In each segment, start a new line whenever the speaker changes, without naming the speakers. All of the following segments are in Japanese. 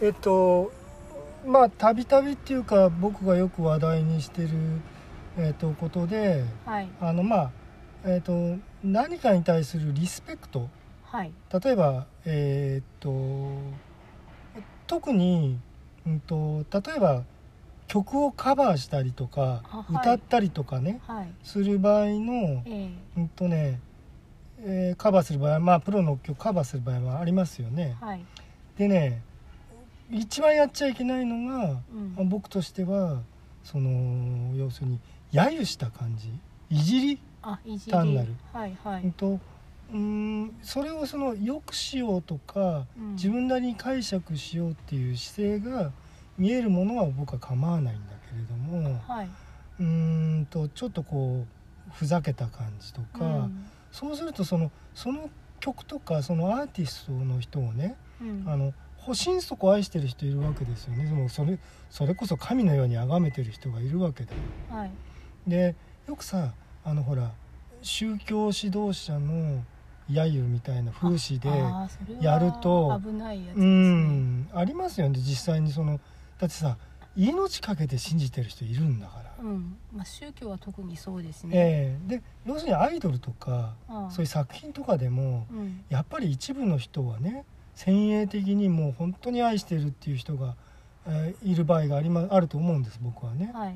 えっとまあたびたびっていうか僕がよく話題にしてる、えっと、ことで
はい
あのまあえっと何かに対するリスペクト
はい
例えばえーっと特に、うん、と例えば曲をカバーしたりとか、
あはい
歌ったりとかね
はい
する場合の
ええ
うんとね、えーカバーする場合まあプロの曲カバーする場合はありますよね。
はい
でね一番やっちゃいけないのが、
うん
僕としてはその要するに揶揄した感じいじり
あいじり
単なる
はいは
うん
い、
とうーんそれをそのよくしようとか、
うん
自分なりに解釈しようっていう姿勢が見えるものは僕は構わないんだけれども
はいう
ーんとちょっとこうふざけた感じとか、
うん
そうするとそのその曲とかそのアーティストの人をね
うん
あの保身そこ愛してる人いるわけですよねそのそれそれこそ神のように崇めてる人がいるわけだよ
はい
でよくさあのほら宗教指導者の揶揄みたいな風刺で
ああそれは
やると
危ないや
う
つですね
んありますよね実際にそのだってさ命かけて信じてる人いるんだから、
うんまあ宗教は特にそうですね
ええで要するにアイドルとか
ああ
そういう作品とかでも
うん
やっぱり一部の人はね先鋭的にもう本当に愛してるっていう人が、えーいる場合があり、ま、あると思うんです僕はね。だ
はい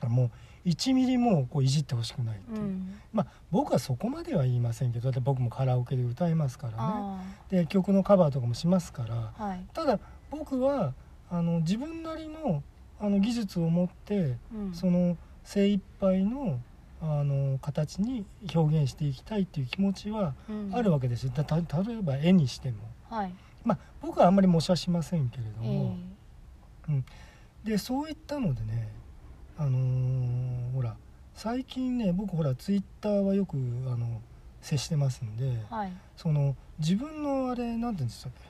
からもう1ミリもこういじってほしくないって
う
いう、
ん
まあ僕はそこまでは言いませんけどだって僕もカラオケで歌いますからね
あ
で曲のカバーとかもしますから
あはい
ただ僕はあの自分なりのあの技術を持って
うん
その精一杯のあの形に表現していきたいっていう気持ちは
うん
あるわけですよたた例えば絵にしても
はい
まあ僕はあんまり模写しませんけれど
ええ
も、でそういったのでねあのーほら最近ね僕ほらツイッターはよくあの接してますんで、
はい
その自分のあれなんて言うんでしたっけ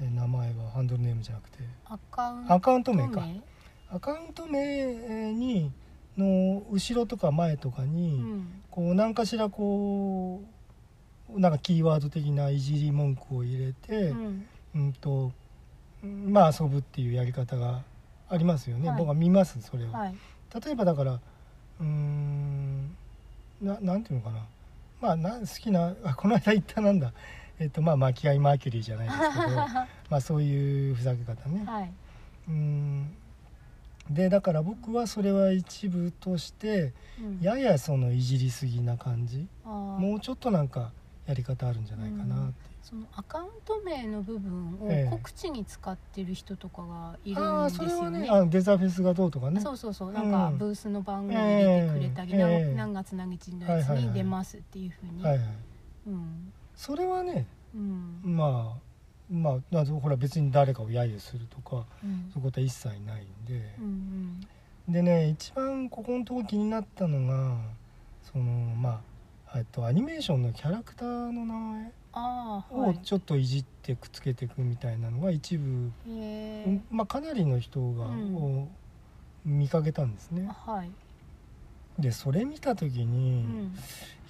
え名前はハンドルネームじゃなくて
アカウン
ア
ト
カウント名か
名
アカウント名えーにの後ろとか前とか
う
に、
ん
こう何かしらこうなんかキーワード的ないじり文句を入れ
う
て、
ん
うんとうんまあ遊ぶっていうやり方がありますよね、
はい
僕は見ますそれを、
はい
例えばだからうーんななんていうのかなまあな好きな あこの間言ったなんだえっとまあ巻き合いマーキュリーじゃないですけ どまあそういうふざけ方ね、
はい、
うーんでだから僕はそれは一部として
うん
ややそのいじりすぎな感じ、
あー
もうちょっとなんかやり方あるんじゃないかなって、
そのアカウント名の部分
ええ
を告知に使ってる人とかがいる
あ
ん
あ
です
それ
よ
はね
ね。
あのデザフェスがどうとかね
そうそうそうなんか
うん
ブースの番号入れてくれたり、
ええ
な
ええ
何月何日のやつ
はいはいはい
に出ますっていうふうに、
はいはい
うん
それはね
うん
まあまあなぜほら別に誰かを揶揄するとか
うん
そういうことは一切ないんで、
うん
でね一番ここのとこ気になったのがそのまあえっとアニメーションのキャラクターの名前
ああは
を
い
ちょっといじってくっつけていくみたいなのが一部、
へ
う
え
んまあ、かなりの人が、
うん
を見かけたんですね。
はい、
でそれ見た時に、
うん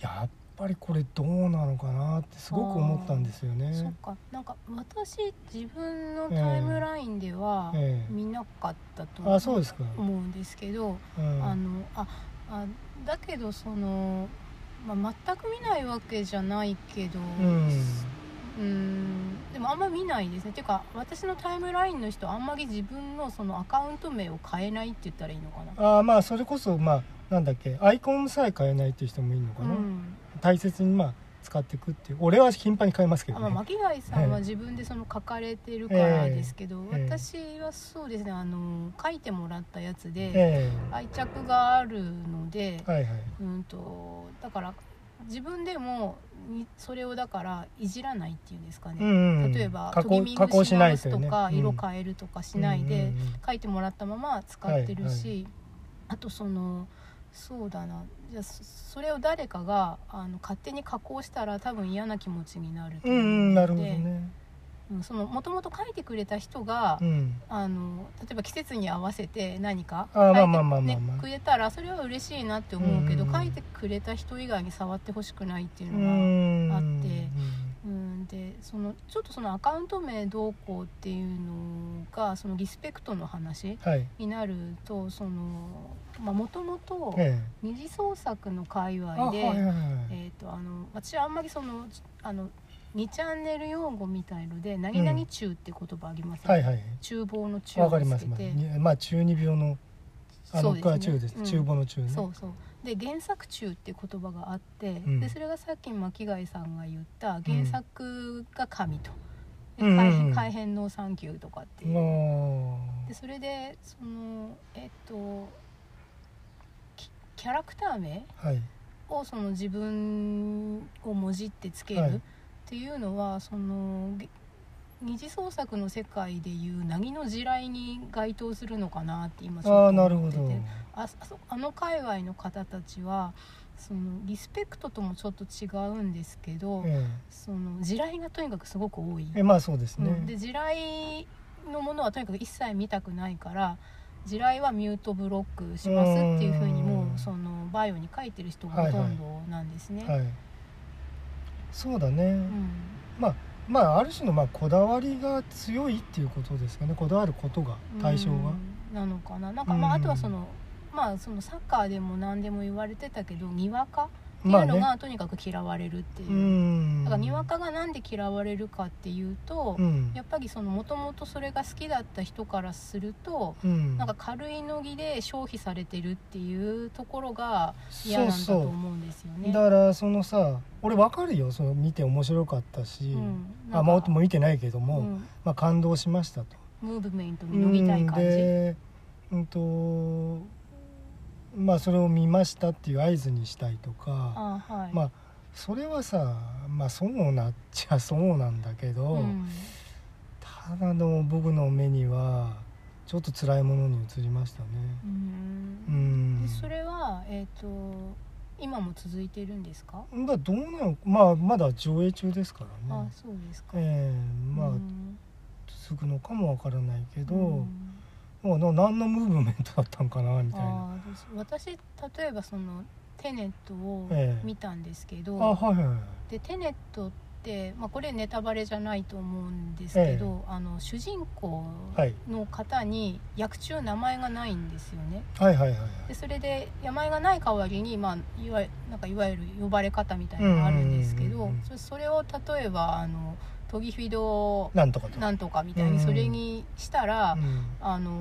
やっぱりこれどうなのかなってすごく思ったんですよ
そっ
ね。
かなんか私自分のタイムラインでは
ええ
見なかったと
あそうですか、
思うんですけど、
うん、
あのああだけどその、まあ、全く見ないわけじゃないけど
うん
うんでもあんま見ないですねていうか私のタイムラインの人あんまり自分のそのアカウント名を変えないって言ったらいいのかな。
あーまあそれこそまあなんだっけアイコンさえ変えないっていう人もいるのか
う
な、
ん
大切にまあ使っていくっていう俺は頻繁に変えますけ
あ
ど
まあ、
ね、
巻貝さん
ええ
は自分でその書かれてるからですけど、
ええ
私はそうですねあの書いてもらったやつで
え
愛着があるので、
えはいはい
うんとだから自分でもにそれをだからいじらないっていうんですか
う
ね、
んうん
例えば
加
トリ
工
ミン
加
グ
工
し
しない
直
です
す
よ
と
ね
か、
うん
色変えるとかしないで、
うんうんうん
書いてもらったまま使ってるし、
は
あとそのそうだなじゃあそそれを誰かがあの勝手に加工したら多分嫌な気持ちになると
うん
思
う
うので
んなるほどね、
うんそのもともと書いてくれた人が、
うん、
あの例えば季節に合わせて何か
あー
書いて
まあまあまあまあ
ね
まあ
くれたらそれは嬉しいなって思うけど、
うん
書いてくれた人以外に触ってほしくないっていううの
ん
が、あってうん、でそのちょっとそのアカウント名どうこうっていうのがそのリスペクトの話
はい
になるとそのもともと
ええ
二次創作の界
あ
隈
はい
で、
はいはい
えー、とあの私はあんまりそのあの2チャンネル用語みたいので「何々中」って言葉ありますよね
はいはい
厨房の中
わかります
つ
ま
け
あ
て
にまあ中二病のあ
そ
の
うです
僕
ね
は中です、
うん
中房の中ね
そうそうで原作中って言葉があって、
うん
でそれがさっき巻貝さんが言った原作が神と、で
うんうん
改
う
変
ん
改変の産休とかっていう、
も
でそれでそのえっとキキャラクター名
うはい
をその自分をもじってつけ
はい
るっていうのは、そのげ二次創作の世界でいう凪の地雷に該当するのかなって今ちょっ
ああ
と
なる
思
ほ
って
ど
てああそあの界隈の方たちはそのリスペクトともちょっと違うんですけど、
え
その地雷がとにかくすごく多い
え、えまあそうです
う
ね、
んで地雷のものはとにかく一切見たくないから地雷はミュートブロックしますっていうふうにも
うん
うそのバイオに書いてる人がほとんどなんですね。
はいそうだね、
うん
まあある種のまあこだわりが強いっていうことですかねこだわることが対象が、
うんなのかななんかまあ
う
あ
ん
とはそのまあそのサッカーでも何でも言われてたけどにわかってい
まあ
うの
ね
がとにかく嫌われるっていうう。
ん
だからにわかがなんで嫌われるかっていうと、
うん
やっぱりそのもともとそれが好きだった人からすると、
うん
なんか軽いのぎで消費されてるっていうところが嫌
そう
なんだと
そ
思うんですよ
う、
ね。
だからそのさ俺わかるよその見て面白かったし、
うんなんか
あまあも見てないけども、
うん
まあ感動しましたと
ムーブメントに乗りたい感じ。
うんでうんとまあそれを見ましたっていう合図にしたいとか
あはい。
まあそれはさまあそうなっちゃそうなんだけど、
うん
ただの僕の目にはちょっと辛いものに映りましたね
う
うんん
でそれはえっ、と今も続いてるんですか？
だどうなのまあまだ上映中ですか
あ
らね
そうですか。
ええまあ
うん
続くのかもわからないけど、
うん
もうな何のムーブメントだったんかなみたいな
あーそう私例えばそのテネットを
ええ
見たんですけ
あ
ど、
はいはいはい
でテネットって、まあ、これネタバレじゃないと思うんですけど、あの主人公
はい
の方に役中名前がないんですよね
はいはいはいはい
でそれで名前がない代わりに、まあ、いわゆなんかいわゆる呼ばれ方みたいなのがあるんです
うん
け
うん
ど
うんうん
そそれを例えばあのトギフィド
なんとかと
なんとかみたいにそれにしたら、
うん
あの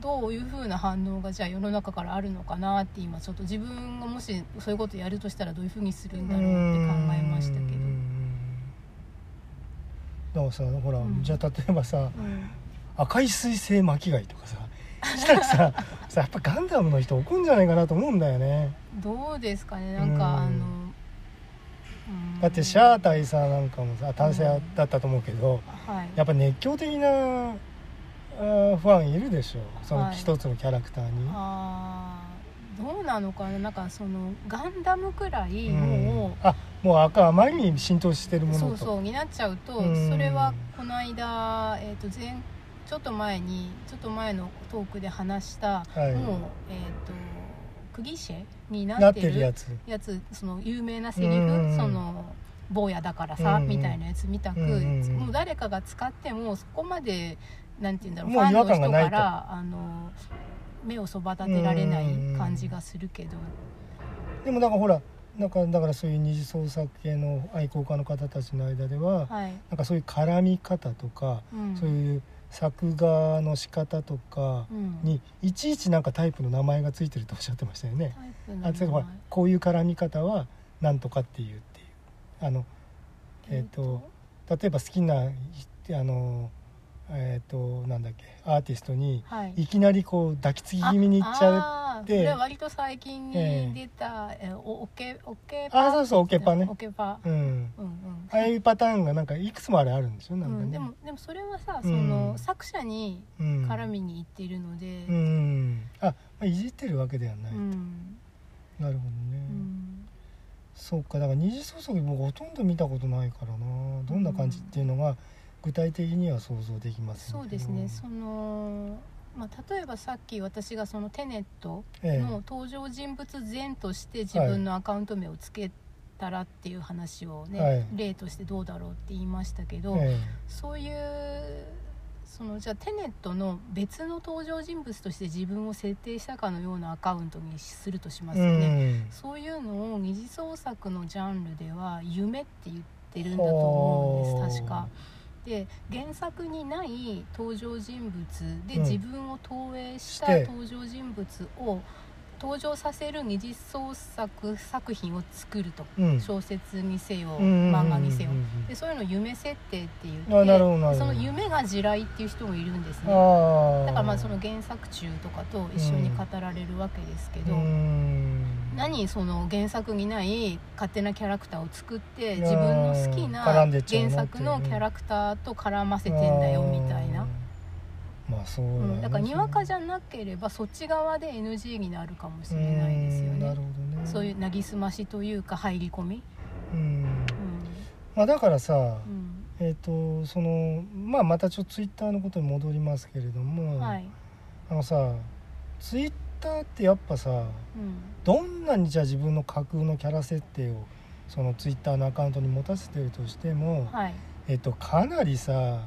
どういうふうな反応がじゃあ世の中からあるのかなって今ちょっと自分がもしそういうことやるとしたらどういうふうにするんだろうって考えましたけど。
うんうんうんだからさほら、
うん
じゃあ例えばさ
うん
赤い彗星巻貝とかさしたらささやっぱガンダムの人怒んじゃないかなと思うんだよね
どうですかねなんか、
うん
あの、うん
だってシャー大佐なんかもさ大佐だったと思うけど、
はい
やっぱ熱狂的なあーファンいるでしょその
はい
一つのキャラクターに、
あーどうなのかななんかそのガンダムくらい
うん
も
あもう赤あまりに浸透してる
う、
ものと
そうそうになっちゃうと、
うん
それはこの間、えー、と前ちょっと前にちょっと前のトークで話した、
はい
もうえっ、とクギシェにな
な
っ
っててる
る
やつ
やつその有名なセリフ、
うん
その坊やだからさ、
うん
みたいなやつみたく、
うん
もう誰かが使ってもそこまでなんて言うんだろう
もう違和
ファ
感
ン
が
の人
ないと
からあの目をそば立てられない感じがするけど、
でもなんかほらなんかだからそういう二次創作系の愛好家の方たちの間では、
はい、
なんかそういう絡み方とか、
うん、
そういう作画の仕方とか
うん
にいちいちなんかタイプの名前がついてるとおっしゃってましたよね。
タイプの
あ例えばほらこういう絡み方はなんとかっていうっていうあのえっ、と例えば好きなひあのえっ、となんだっけアーティストに
はい
いきなりこう抱きつき気味にいっちゃう
ああー
で
これ割と最近
え
に
え
出た、えーおオケオケ
あそうそうオケパね
オケパ、
うん
うんうん
ああいうパターンがなんかいくつもあれあるんですよ
う
なんかね、
ん、でもでもそれはさ
う
そ
ん
の、作者に
うん
絡みに行っているので、
うんあ、まあ、いじってるわけではない、
うん
なるほどね、
うん
そうかだから二次創作僕ほとんど見たことないからなどんな感じっていうのが具体的には想像できます
そうですねその、まあ、例えばさっき私がそのテネット
ええ
の登場人物前として自分のアカウント名をつけたらっていう話をね、
はい
例としてどうだろうって言いましたけど、
え
そういうそのじゃあテネットの別の登場人物として自分を設定したかのようなアカウントにするとします
え
よね。
うん
そういうのを二次創作のジャンルでは夢って言ってるんだと思うんです
ほう
確か。で原作にない登場人物で
うん
自分を投影した
して
登場人物を登場させる二次創作作品を作ると
うん
小説にせよ
うんうんうん
漫画にせよ
うんうん
でそういうのを夢設定って言って
あなるほどなるほど
その夢が地雷っていう人もいるんですね
ああ
だからまあその原作中とかと一緒に語られるわけですけど、
うん
何その原作にない勝手なキャラクターを作って自分の好きな
絡ん
原
でっちゃうなってい
作
う
のキャラクターと絡ませてんだよみたいな、
まあそう
う
だ,、ね
ん、だからにわかじ
ゃ
ゃなければそっち側で NG になるかもしれないですよ
な
ね
るほどね
そういうなぎすましというか入り込み、
うん
う
まあだからさ
ん
えっ、とそのまあまたちょっとツイッターのことに戻りますけれど
う
も、
ん、はい、
あのさツイッターってやっぱさ
うん
どんなにじゃあ自分の架空のキャラ設定をそのツイッターのアカウントに持たせてるとしても、
はい
えっと、かなりさ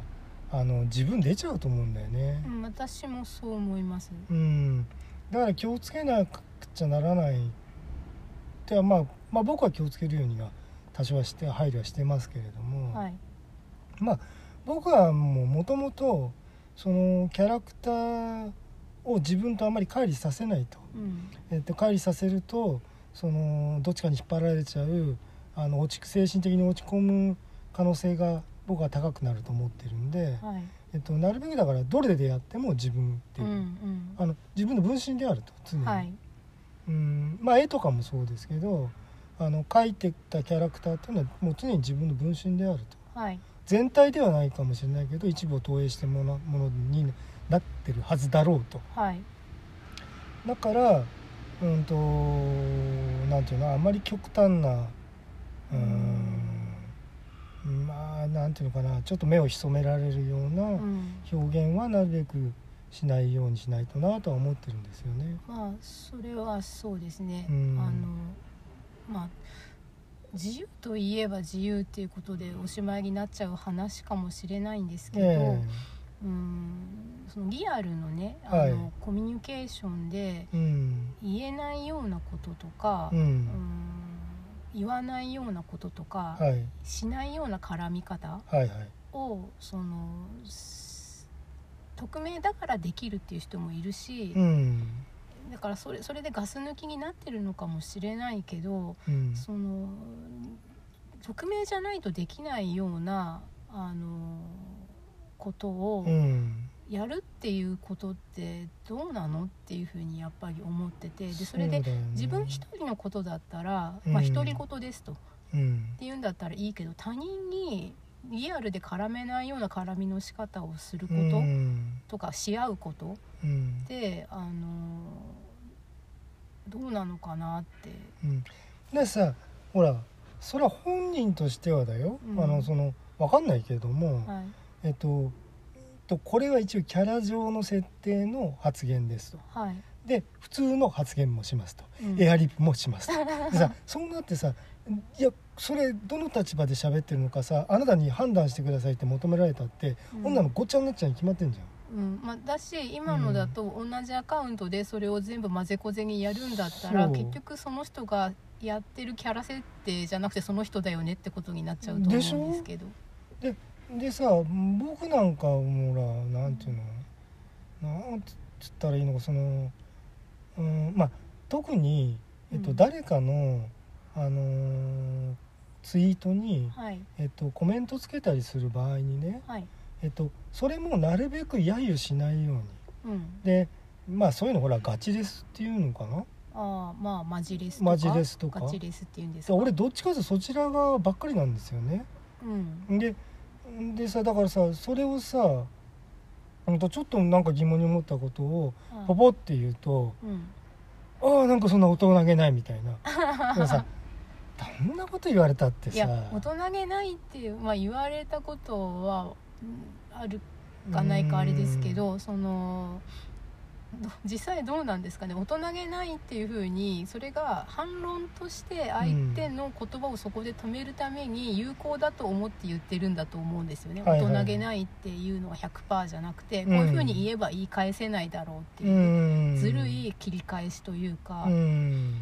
あの自分出ちゃうと思うんだよね
う、ん、私もそう思います、
うんだから気をつけなくちゃならないって、まあ、まあ僕は気をつけるようには多少はして配慮はしてますけれども、
はい
まあ僕はもうもともとそのキャラクターを自分とあまり乖離させないと。
うん
えっと、乖離させるとそのどっちかに引っ張られちゃうあの落ち精神的に落ち込む可能性が僕は高くなると思ってるんで、
はい
えっと、なるべくだからどれでやっても自分って
う
い
ん
う、
うん
あの自分の分身であると常に、
はい
うんまあ、絵とかもそうですけどあの描いてたキャラクターっていうのはもう常に自分の分身であると
はい
全体ではないかもしれないけど一部を投影してものものになってるはずだろうと
はい
だからうんとなんていうのあまり極端なうーんまあなんていうのかなちょっと目を潜められるよう
う
なん表現はなるべくしないようにしないとなとは思ってるんですよね。
まあそれはそうですね、
うん
あのまあ自由といえば自由っていうことでおしまいになっちゃう話かもしれないんですけど、
え
うんそのリアルのねあの、
はい
コミュニケーションで
えうん
言えないようなこととか、
う
うん
ん
言わないようなこととか、
はい
しないような絡み方
はいはい
をそのす匿名だからできるっていう人もいるし、
うん
だからそれそれでガス抜きになってるのかもしれないけど
うん
その匿名じゃないとできないようなあのこと
う
を
ん
やるっていうことってどうなのっていうふうにやっぱり思っててでそれで
うだよね
自分一人のことだったら
うん
まあ独り言ですとっ
うん
ていうんだったらいいけど他人にリアルで絡めないような絡みの仕方をするこ
う
と
ん
とかし合うこと
うん
であのどうなのかなって
うん、でさほらそれは本人としてはだよ、
うん
あのそのわかんないけれども、
はい
えっとえっとこれは一応キャラ上の設定の発言ですと
はい、
で普通の発言もしますと、
うん
エアリップもしますと でさそうなってさいやそれどの立場で喋ってるのかさあなたに判断してくださいって求められたって、
うん
こんなのごっちゃになっちゃうに決まってんじゃん。
うんまあ、だし今のだと同じアカウントでそれを全部混ぜこぜにやるんだったら、
そう
結局その人がやってるキャラ設定じゃなくてその人だよねってことになっちゃうと
でしょ
思うんですけど
でさ僕なんかもらなんていうのなんつつったらいいのかそのうんまあ特に、えっと
うん
誰かの、あのーツイートに、
はい
えっと、コメントつけたりする場合にね、
はい
えっと、それもなるべく揶揄しないように
うん
でまあそういうのほらガチですっていうのかな
ああまあマジレスとか
マジレスとか
ガチレスっていうんです
で
か
俺どっちかというとそちら側ばっかりなんですよね。
うん
ででさだからさそれをさほんとちょっとなんか疑問に思ったことを
はい
ポポって言うと
うん
「ああなんかそんな大人げない」みたい なでもさどんなこと言われたって
い
さ
や大人げないっていう、まあ、言われたことはうんあるかないかあれですけどそのど実際どうなんですかね大人げないっていうふうにそれが反論として相手の言葉をそこで止めるために有効だと思って言ってるんだと思うんですよね、
はいはい
大人げないっていうのは100%じゃなくて、
うん
こういうふうに言えば言い返せないだろうって
う
いう、
ん
ずるい切り返しというか
う、ん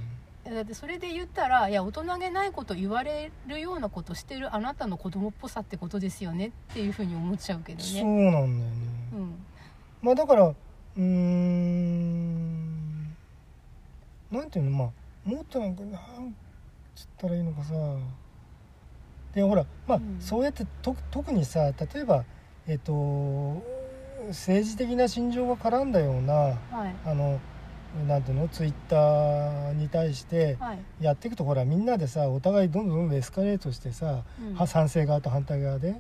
いやだってそれで言ったらいや大人げないこと言われるようなことしてるあなたの子供っぽさってことですよねっていうふうに思っちゃうけど
そうな
ね。
んだよね、
うん
まあだからうーんなんていうのまあもっとなんかなんつったらいいのかさでほらまあ、
うん
そうやってと特にさ例えばえっ、と政治的な心情が絡んだような
はい
あのなんていうのツイッターに対して
はい
やっていくとほらみんなでさお互いどんどんどんどんエスカレートしてさ、
うん
は賛成側と反対側でっ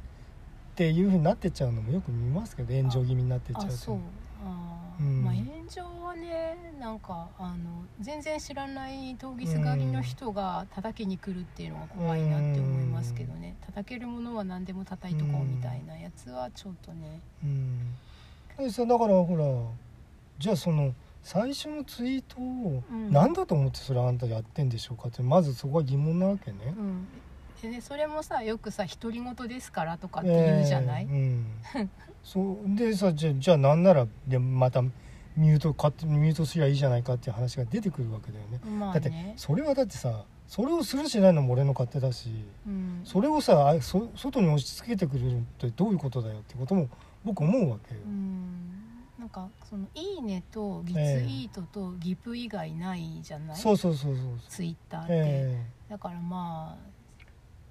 ていうふうになってっちゃうのもよく見ますけど炎上気味になってっちゃう
あ
と
そうあー、
うん
まあ炎上はねなんかあの全然知らない闘技すがりの人が叩きに来るっていうのが怖いなって思いますけどね、叩けるものは何でも叩いとこうみたいなやつはちょっとね、
うんでさだからほらじゃあその最初のツイートを
うん
何だと思ってそれあんたやってんでしょうかってまずそこは疑問なわけね
う。んでねそれもさよくさ独り言ですからとかって言うじゃない、
ええうん、そうでさじゃあじゃあなんならでまたミュート勝手にミュートすりゃいいじゃないかっていう話が出てくるわけだよね。
まあ
だって
ね
それはだってさそれをするしないのも俺の勝手だし
うん
それをさあそ外に押し付けてくるってどういうことだよってことも僕思うわけよ。
うんなんかその「いいね」と「リツイート」と「ギプ」以外ないじゃない、
そうそうそうそうそう。
ツイッターって、
ええ
だからまあ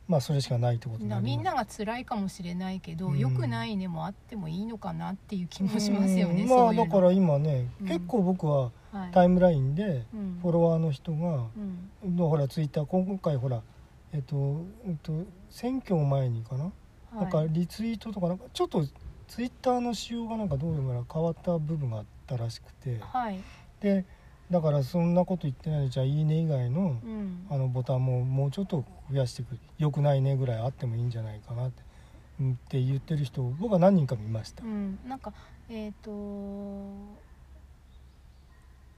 まあそれしかないってことに
な
り
みん
ます
なが辛いかもしれないけど、
うん
良くないねもあってもいいのかなっていう気もしますよね、
うんま
そ
あ
ういう
だ
の
から今ね、
うん
結構僕は
はい
タイムラインで
うん
フォロワーの人が、
うん
のほらツイッター今回ほらえっと、うんと、選挙を前にかな、
はい
なんかリツイートとかなんかちょっとツイッターの仕様がなんかどうやら変わった部分があったらしくて
はい、
でだからそんなこと言ってないでじゃあ「いいね」以外の
うん
あのボタンももうちょっと増やしてくるよくないねぐらいあってもいいんじゃないかなって,、うん、って言ってる人を僕は何人か見ました
う。ん、なんかえっ、と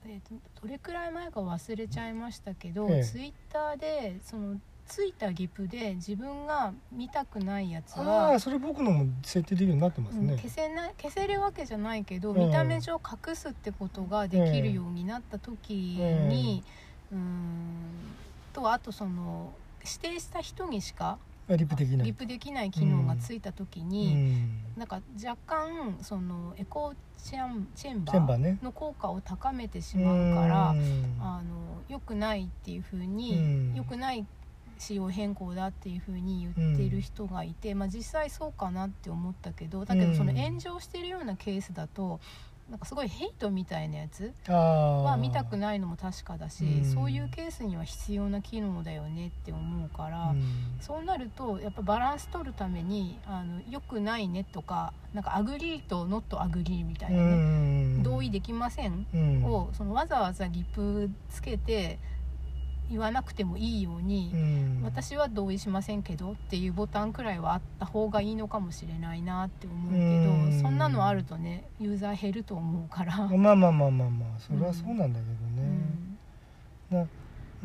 えーとどれくらい前か忘れちゃいましたけど、
ええ
ツイッターでそのついたギプで自分が見たくないやつ
あ
は
あーそれ僕のも設定できるようになってます
うん
ね、
消せない消せるわけじゃないけど、
うん
見た目上隠すってことができるようになった時に、うーんとあとその指定した人にしか
リプできない
リプできない機能がついた時に、
ん
なんか若干そのエコーチェンチェンバ
チェンバーね
ーの効果を高めてしまうから、
うん
あの良くないっていうふう
う
に
ん
良くない仕様変更だっていうふうに言ってる人がいて、まあ、実際そうかなって思ったけどだけどその
うん
炎上してるようなケースだとなんかすごいヘイトみたいなやつ
あー
は見たくないのも確かだし、
うん
そういうケースには必要な機能だよねって思うから。
うん
そうなるとやっぱバランス取るためにあの良くないねとかなんかアグリーとノットアグリーみたいなね、
うん
同意できません
うん
をそのわざわざリプつけて言わなくてもいいように
う、ん
私は同意しませんけどっていうボタンくらいはあった方がいいのかもしれないなって思うけど、
うん
そんなのあるとねユーザー減ると思うから。
まあまあまあまあまあそれはそうなんだけど
う
ね、
ん
うん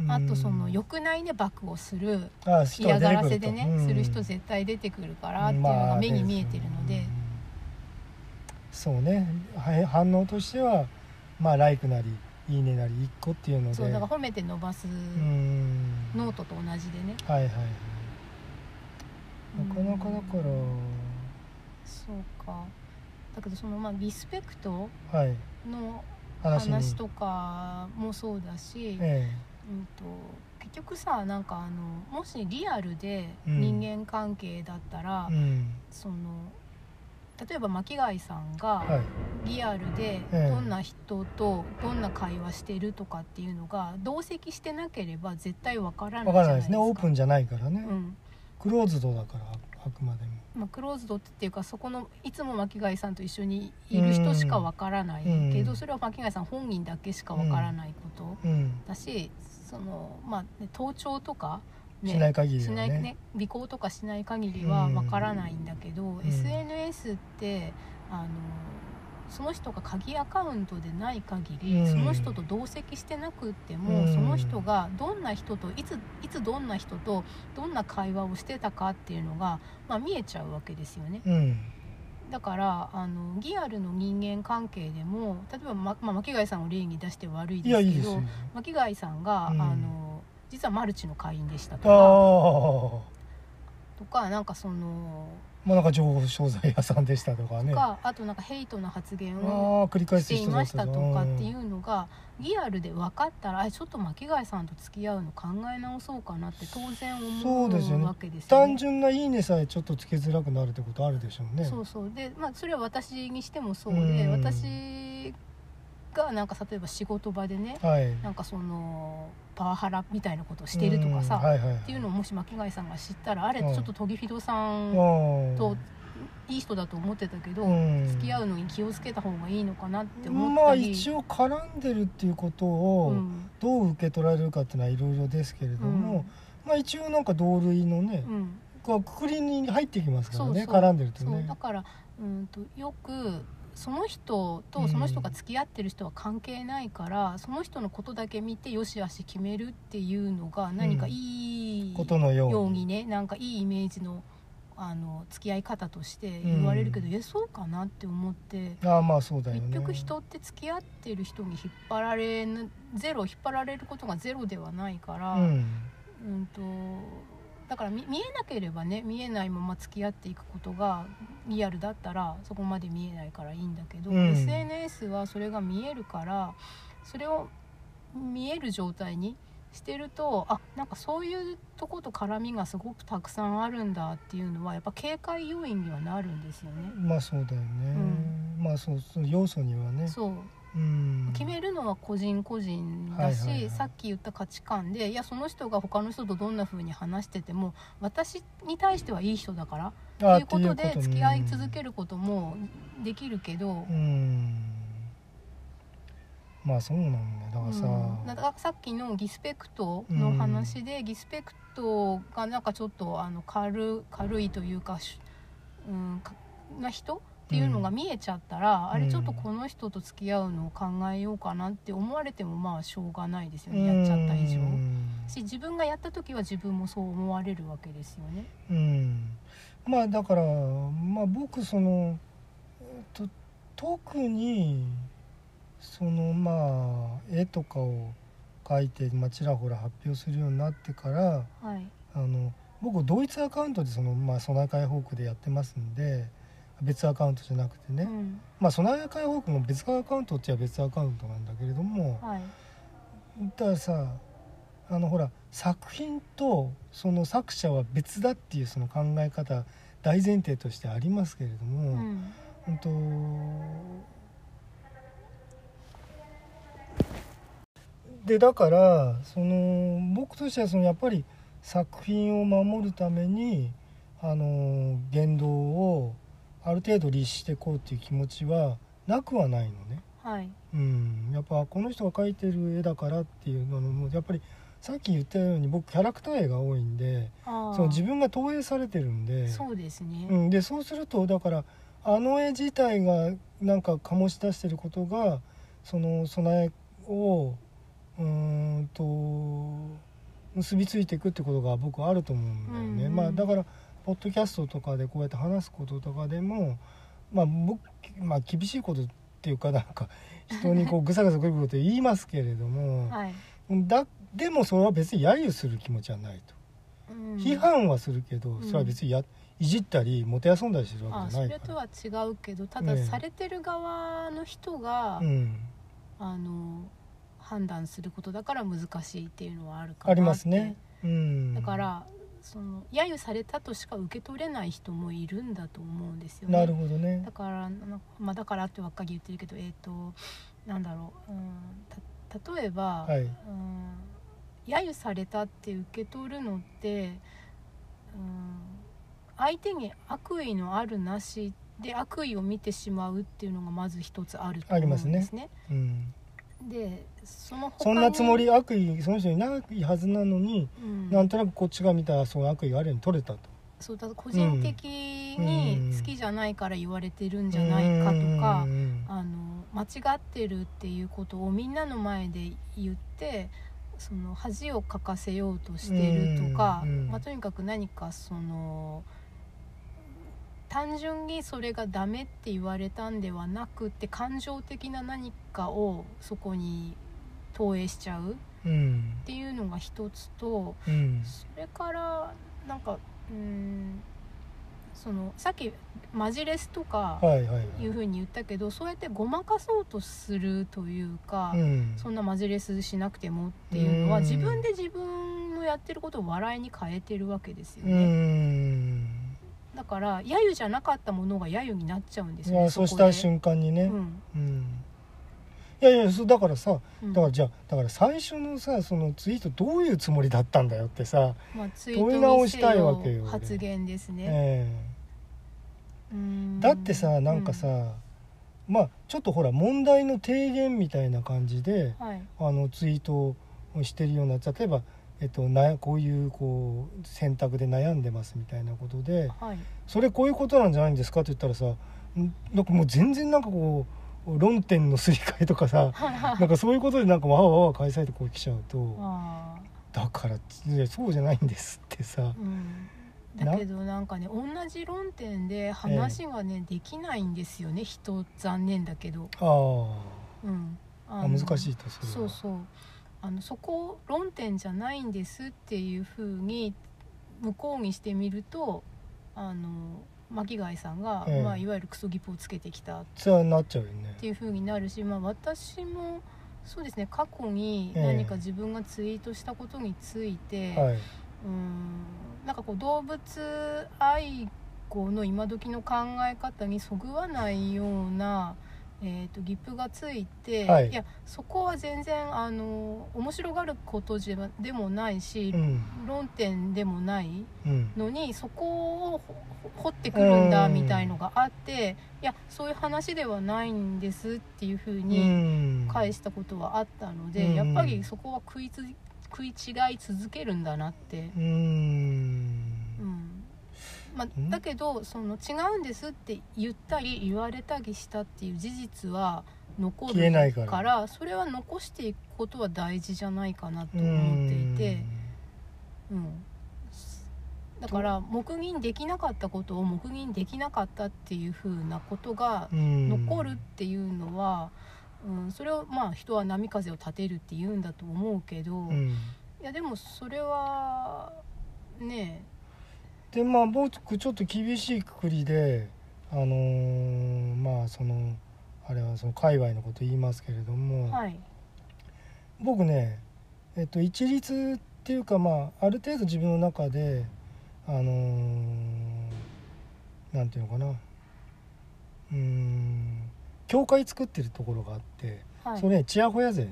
あとその良くないねバックをする
あー人が
嫌
出
が
て
ら
く
せ
ると
でね、
うん
する人絶対出てくるからっていうのが目に見えてるので、
まあうんそうねはい反応としてはまあライクなりいいねなり一個っていうので
そうだから褒めて伸ばす
うん
ノートと同じでね、
はいはいはい
うん
なかなかだから、
そうかだけどそのまあリスペクト
はい
の
話に
話とかもそうだし、
え
うん、と結局さなんかあのもしリアルで
うん
人間関係だったら、
えうん
その例えば巻貝さん
はい
がリアルで
ええ
どんな人とどんな会話してるとかっていうのが同席してなければ絶対わからな
わ
いじ
か
ゃ
ら
な
ない
い
で
ですす
ね
か。
オープンじゃないからね、
うん
クローズドだからああくまでも
まあ、クローズドっていうかそこのいつも巻貝さんと一緒にいる人しかわからないけど、
うん
それは巻貝さん本人だけしかわからないこと
うん
だし、そのまあね盗聴とか、
しない限り
し
は
ない
ね
ね尾行とかしない限りはわからないんだけど、
ん
SNS ってあのその人が鍵アカウントでない限り、
うん
その人と同席してなくっても、
うん
その人がどんな人といついつどんな人とどんな会話をしてたかっていうのが、まあ、見えちゃうわけですよね
うん
だからあのリアルの人間関係でも例えば、ままあ、巻貝さんを例に出して悪い
い
で
や
す
いい
け
ですよ
ど巻貝さんが、
うん
あの実はマルチの会員でしたと
あ
か
あ
とかなんかその
まあなんか情報商材屋さんでしたとかねあ
かあとなんかヘイトな発言
あ
を
ー繰り返
し
す
てい
人だ
ま
っ
し
た
たとかっていううのがリアルで分かったらあちょっと巻貝さんと付き合うの考え直そうかなって当然思
そうですよ
う
ね
わけですよ
単
ね。
純ないいねさえちょっとつけづらくなるってことあるでしょうね
そうそうで、まあ、それは私にしてもそうで、
うん
私がなんか例えば仕事場でね
はい
なんかそのパワハラみたいなことをしてるとかさ、
うんはいはい、
っていうのをもし巻貝さんが知ったらあれち
うん
ょっとトギフィドさん
を
といい人だと思ってたけど、付き合うのに気をつけた方がいいのかなって思っ
ま
た
あ
り、
一応絡んでるっていうこと
う
を
ん
どう受け取られるかっていうのはいろいろですけれども、まあ一応なんか同類のね
う、ん
こうくくりに入ってきますからね
そうそう
絡んでると
そう
ね
だからうんとよくその人とその人が付き合ってる人は関係ないから、その人のことだけ見てよしあし決めるっていうのが何かいい
ことのように
ようにねなんかいいイメージのあの付き合い方として言われるけど、
うん
えそうかなって思って。
ああまあそうだよね
結局人って付き合ってる人に引っ張られぬゼロ引っ張られることがゼロではないから、
うん
うんとだから見見えなければね見えないまま付き合っていくことがリアルだったらそこまで見えないからいいんだけど、
うん
SNS はそれが見えるからそれを見える状態にしてるとあなんかそういうとこと絡みがすごくたくさんあるんだっていうのはやっぱ警戒要因にはなるんですよね。
まあそうだよね、まあそうその要素にはね
そう
うん
決めるのは個人個人だし、
はいはいはい
さっき言った価値観でいやその人が他の人とどんな風に話してても私に対してはいい人だから
あ
っていうことで付き合い続け
る
ることもできるけど
う、んまあそうなんだよだからさ、
うんだからさっきのリスペクトの話で、リスペクトがなんかちょっとあの軽軽いというか,し、うん、かな人っていうのが見えちゃったら、あれちょっとこの人と付き合うのを考えようかなって思われてもまあしょうがないですよね、やっちゃった以上。
うん
し自分がやった時は自分もそう思われるわけですよね。
うん、まあだから、まあ、僕その、えっと、特にそのまあ絵とかを描いて、まあ、ちらほら発表するようになってから
はい。
あの僕ドイツアカウントでその、まあ、ソナー解放区でやってますんで別アカウントじゃなくてね、
うん。
まあソナー解放区も別アカウントっちゃ別アカウントなんだけれども、
はい。
だからさあのほら作品とその作者は別だっていうその考え方大前提としてありますけれど
う
も、
ん。
うん、とでだからその僕としてはそのやっぱり作品を守るためにあの言動をある程度律していこうっていう気持ちはなくはないのね。
はい。
うん、やっぱこの人が描いてる絵だからっていうのもやっぱりさっき言ったように僕キャラクター絵が多いんで
ああ。
その自分が投影されてるんで
そうですね。
う、ん、でそうするとだからあの絵自体がなんか醸し出してることがその備えをうーんと結びついていくってことが僕はあると思うんだよね、
うんうん
まあ、だからポッドキャストとかでこうやって話すこととかでも、まあ、僕まあ厳しいことっていうかなんか人にこ うぐさぐさぐるぐると言いますけれども、
はい。
だでもそれは別に揶揄する気持ちはないと。
うん
批。判はするけど、
ん
それは別にやいじったりもてあそんだりしてるわ
あ
けじゃ
そ
ない
れ
か
と
ら
は違うけどた
え
だ
え
されてる側の人が、
うん、
あの判断することだから難しいっていうのはあるかな
ありますね、うん、
だからその揶揄されたとしか受け取れない人もいるんだと思うんですよね。
なるほどね
だからなまあだからってばっかり言ってるけどえっ、となんだろう、うん、た例えば、
はい
うん揶揄されたって受け取るのって、うん、相手に悪意のあるなしで悪意を見てしまうっていうのがまず一つあると思うんですね。
ありますうん、
でその他
そ
に
んなつも、り悪意その人にないはずなのに、
うん、
なんとなくこっちが見たらその悪意があるように取れたと
そうだ個人的に
うん
好きじゃないから言われてるんじゃないかとか、
うん
あの違ってるっていうことをみんなの前で言ってその恥をかかせようとしてるとか、
うんうん
まあ、とにかく何かその単純にそれがダメって言われたんではなくって感情的な何かをそこに投影しちゃうっ
うん
ていうのが一つと
うん
それからなんかうーんそのさっきマジレスと
は
か
いはいはい
いうふうに言ったけどそうやってごまかそうとするというか、
うん
そんなマジレスしなくてもっていうのは
うん
自分で自分のやってることを笑いに変えてるわけですよ
う
ね、
ん
だから揶揄じゃなかったものが揶揄になっちゃうんですよ
ま
ね
あそうし
こ
た
で
瞬間にね、
うん
うんいやいやそうだからさ
うん
だからじゃあだから最初のさそのツイートどういうつもりだったんだよってさ、
まあ、ツイ
問い
ート
直
に
し
せ
たいわけよ
よ発言ですね、
え
うん
えだってさなんかさ、
う
まあちょっとほら問題の提言みたいな感じで
はい
あのツイートをしてるような例えば、えっと、なこういうこう選択で悩んでますみたいなことで
はい
それこういうことなんじゃないんですかって言ったらさんなんかもう全然なんかこう論点のすり替えとか さなんかそういうことでなんかわわわわ返されてこう来ちゃうと
あー
だからいやそうじゃないんですってさ
うん
な
だけどなんかね同じ論点で話がね、できないんですよね人残念だけど、
あー
うん、あ
あ
の
難しいとそれは
そうそうあのそこを論点じゃないんですっていうふうに向こうにしてみるとあの巻貝さんが、
うん
まあ、いわゆるクソギプをつけてきたっ
そうなっちゃうよね
ていうふうになるし、まあ、私もそうですね過去に
うん
何か自分がツイートしたことについて、
はいう
ーんなんかこう動物愛護の今時の考え方にそぐわないような、えー、とギップがついて、
はい
やそこは全然あの面白がることじゃでもないし
う、ん
論点でもない
うん
のにそこをほほ掘ってくるんだ
うん
みたいのがあって、いやそういう話ではないんですっていうふう
う
に、
ん
返したことはあったので、
うん
やっぱりそこは食いつ食い違い続けるんだなって、
うん
うんまあ
ん
だけどその違うんですって言ったり言われたりしたっていう事実は残る
消えないから
それは残していくことは大事じゃないかなと思っていて、うんだから黙認できなかったことを黙認できなかったっていうふうなことが
うん
残るっていうのは、うん、それをまあ人は波風を立てるって言うんだと思うけど、
う
い
ん
やでもそれはね
でまあ僕ちょっと厳しいくくりであのーまあそのあれはその界隈のこと言いますけれど
え
も、
はい
僕ね、えっと、一律っていうかまあある程度自分の中であのーなんていうのかなうーん教会作ってるところがあって、
はい
それねちやほや勢ね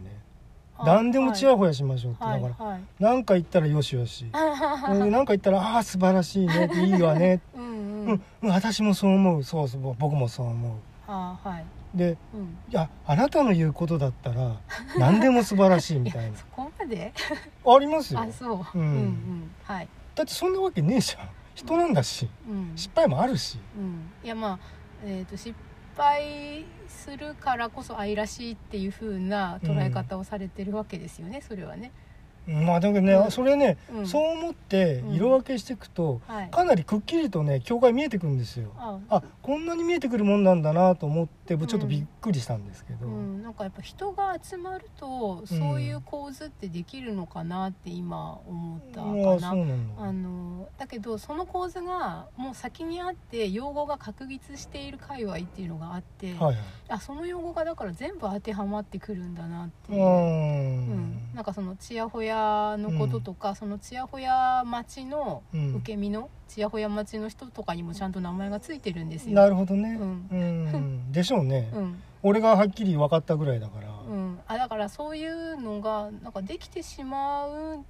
あ
何でもちや
は
ほやしましょうって、
い
だから
はい
何か言ったらよしよしそれで何か言ったらああ素晴らしいねいいわね って
うんうん、
うん、うん、私もそう思うそうそう僕もそう思
あーはいう
で
うん
いやあなたの言うことだったら何でも素晴らしいみた いな
そこまで
ありますよ
あそう、
うん
うんうんはい
だってそんなわけねえじゃん人なんだし
うん
失敗もあるし
うん、いやまあ、えー、と失敗するからこそ愛らしいっていう風な捉え方をされてるわけですよね、それはね、
まあだけどね、
うん
それね、
うん、
そう思って色分けしていくと、
はい
かなりくっきりとね境界見えてくるんですよ
あ
あこんなに見えてくるもんなんだなと思って
ん
ちょっとびっくりしたんですけど、
うん、なんかやっぱ人が集まるとそういう構図ってできるのかなって今思った
まあ
かな、
そうなんだ
あのだけどその構図がもう先にあって用語が確立している界隈っていうのがあって、
はいはい
あその用語がだから全部当てはまってくるんだなって
う
い
ー
う。
ん
うん、なんかそのちやほやのこととか、そのちやほや町の
うん
受け身のちやほや町の人とかにもちゃんと名前がついてるんですよ。
なるほどね、
うん
うんでしょうね、
うん
俺がはっきり分かったぐらいだから、
うん、あだからそういうのがなんかできてしまう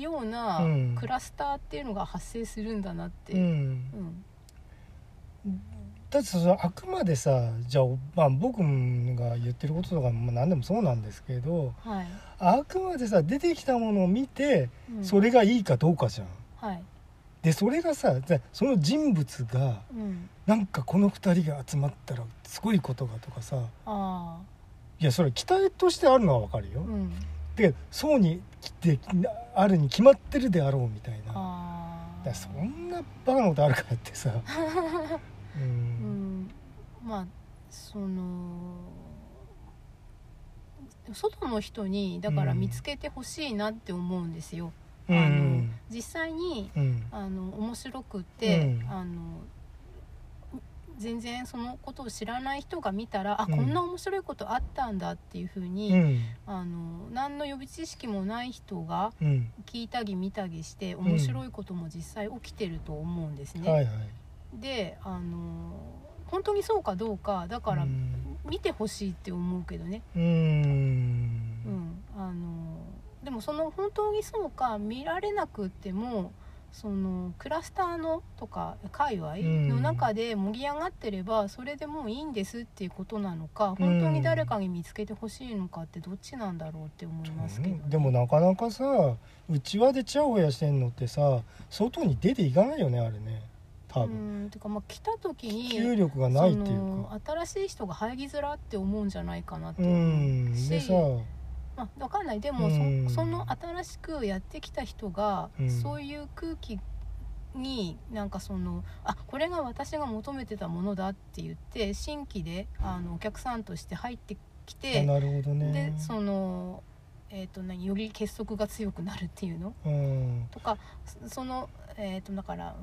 ような
うん
クラスターっていうのが発生するんだなって、
うん
うん
だってそのあくまでさじゃあ、まあ、僕が言ってることとか、まあ、何でもそうなんですけど
はい
あくまでさ出てきたものを見て
うん
それがいいかどうかじゃん、
はい
でそれがさじゃあその人物が
うん
なんかこの2人が集まったらすごいことがとかさ
あ
いやそれ期待としてあるのはわかるよ、
あうん
でそうに来てなあるに決まってるであろうみたいな
あ
だか
あ
らそんなバカなことあるからって さう
うんんまあその外の人にだから
うん
見つけてほしいなって思うんですよ、
う
あの
ん
実際に
うん
あの面白くって、
うん
あの全然そのことを知らない人が見たら、
うん
あこんな面白いことあったんだっていうふうに、
うん
あの何の予備知識もない人が
うん
聞いたり見たりして
ん
面白いことも実際起きてると思うんですね。
はいはい
であの本当にそうかどうかだから
うん
見てほしいって思うけどね、
う
うんん、あのでもその本当にそうか見られなくってもそのクラスターのとか界隈の中で盛り上がってればそれでもういいんですっていうことなのか本当に誰かに見つけてほしいのかってどっちなんだろうって思いますけど、ね、
でもなかなかさ内輪でチヤホヤしてんのってさ外に出ていかないよねあれね多分、
うんてかまあ来た時に
給力がないってい
そう
か
の新しい人が入りづらって思うんじゃないかなって
う
思うんし、
でさ
まあ、わかんないでも、そ
うん
その新しくやってきた人が、
うん
そういう空気になんかそのあこれが私が求めてたものだって言って新規であのお客さんとして入ってきて、
なるほどね
でその、えー、と何より結束が強くなるっていうの
うん
とかそそのえっ、とだからう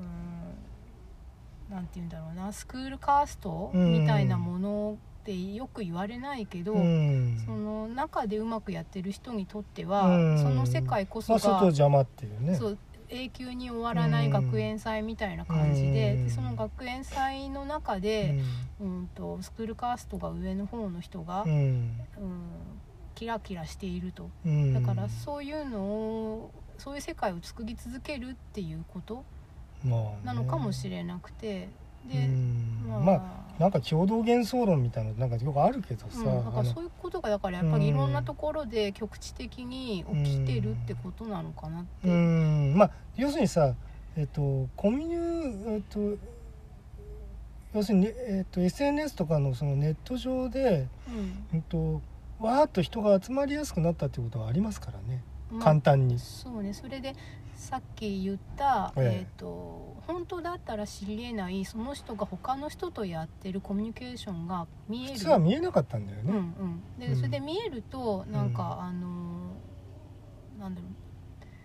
ーんなんて言うんだろうなスクールカースト
うん
みたいなものってよく言われないけど、
うん
その中でうまくやってる人にとっては、
うん
その世界こそ
まあ、
が、
外邪魔っていうね
そう永久に終わらない学園祭みたいな感じで,、
うん
でその学園祭の中
う
で、
ん
うん、とスクールカーストが上の方の人が、
うん
うん、キラキラしていると。
うん
だからそういうのをそういう世界を作り続けるっていうこと
まあね
なのかもしれなくて、
う
で、
ん
ま
ま
あ
あ、なんか共同幻想論みたいなのなんかよくあるけど
う
さ、
ん、だから
あの
そういうことがだからやっぱりいろんなところで局地的に起きてるってことなのかなって、
うんまあ要するにさえっとコミュえっと要するに、えっと、SNS とかのそのネット上で、
うん
うん、とわーっと人が集まりやすくなったってことはありますからね、
まあ
簡単に。
そうねそれでさっき言った、
ええ
えー、と本当だったら知りえないその人が他の人とやってるコミュニケーションが見える
普通は見えなかったんだよ
うんう
ね。
ん、で、
うん
それで見えるとなんか、
う
あのーなんだろ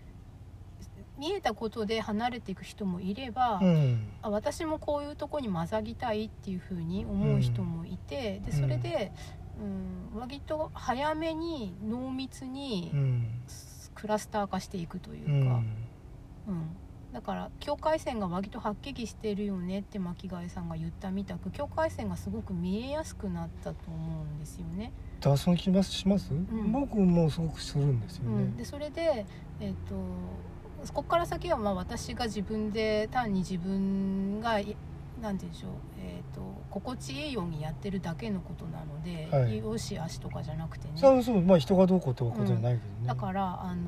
う見えたことで離れていく人もいれば、
うん
あ私もこういうとこに混ざりたいっていうふうに思う人もいて、でそれで、うん、割と早めに濃密に
うん
クラスター化していくという
う
か、
ん
うんだから境界線が割とはっきりしてるよねって巻貝さんが言ったみたく境界線がすごく見えやすくなったと思うんですよね。
だその気がします、
ん
僕もすごくするんですよね。
うん、でそれで、えっとここから先はまあ私が自分で単に自分がいなんて言うんでしょう、えっと心地いいようにやってるだけのことなので、
はい
よし悪しとかじゃなくてね
そうそうまあ人がどうこうってことじゃないけどね、
だからあの